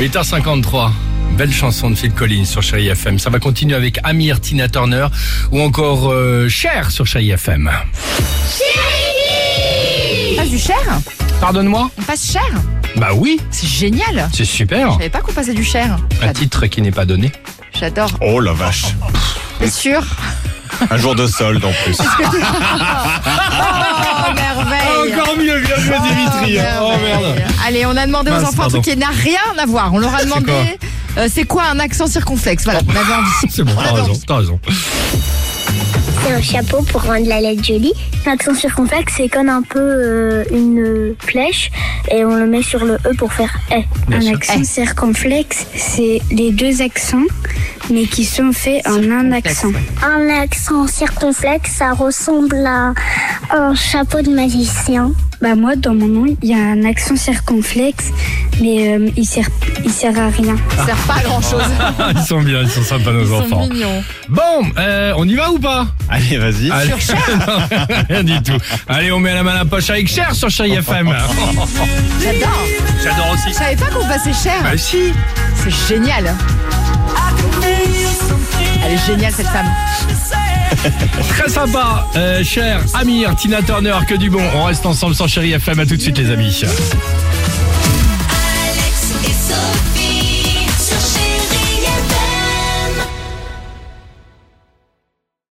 8h53. Belle chanson de Phil Collins sur Chérie FM. Ça va continuer avec Amir, Tina Turner ou encore euh, Cher sur Chérie FM. On passe du cher Pardonne-moi On passe cher Bah oui, C'est génial c'est super. Je savais pas qu'on passait du cher. Un titre qui n'est pas donné. J'adore. Oh la vache. T'es sûr Un jour de solde en plus. Oh merveille Ah, mieux, bien joué Ah, Oh, merveille. Allez, on a demandé aux Mince, enfants un pardon. truc qui n'a rien à voir. On leur a demandé euh, c'est quoi un accent circonflexe. Oh. Voilà, on avait envie. C'est bon, t'as raison, t'as raison. C'est un chapeau pour rendre la lettre jolie. L'accent circonflexe, c'est comme un peu euh, une euh, flèche et on le met sur le E pour faire E. Bien un sûr. accent circonflexe, c'est les deux accents, mais qui sont faits en un accent. Un accent circonflexe, ça ressemble à un chapeau de magicien. Bah moi, dans mon nom, il y a un accent circonflexe, mais euh, il, sert, il sert à rien. Ça sert pas à grand chose. Ils sont bien, ils sont sympas nos Ils sont Ah, enfants. mignons. Bon, euh, on y va ou pas Allez, vas-y. Allez, Non, rien du tout. Allez, on met la main à la poche avec Cher sur Chérie FM. J'adore. J'adore aussi. Je savais pas qu'on passait cher. Bah si. C'est génial. Elle est géniale cette femme. Très sympa, euh, cher Amir, Tina Turner, que du bon. On reste ensemble sans chéri FM. À tout de suite, les amis. Alex et Sophie.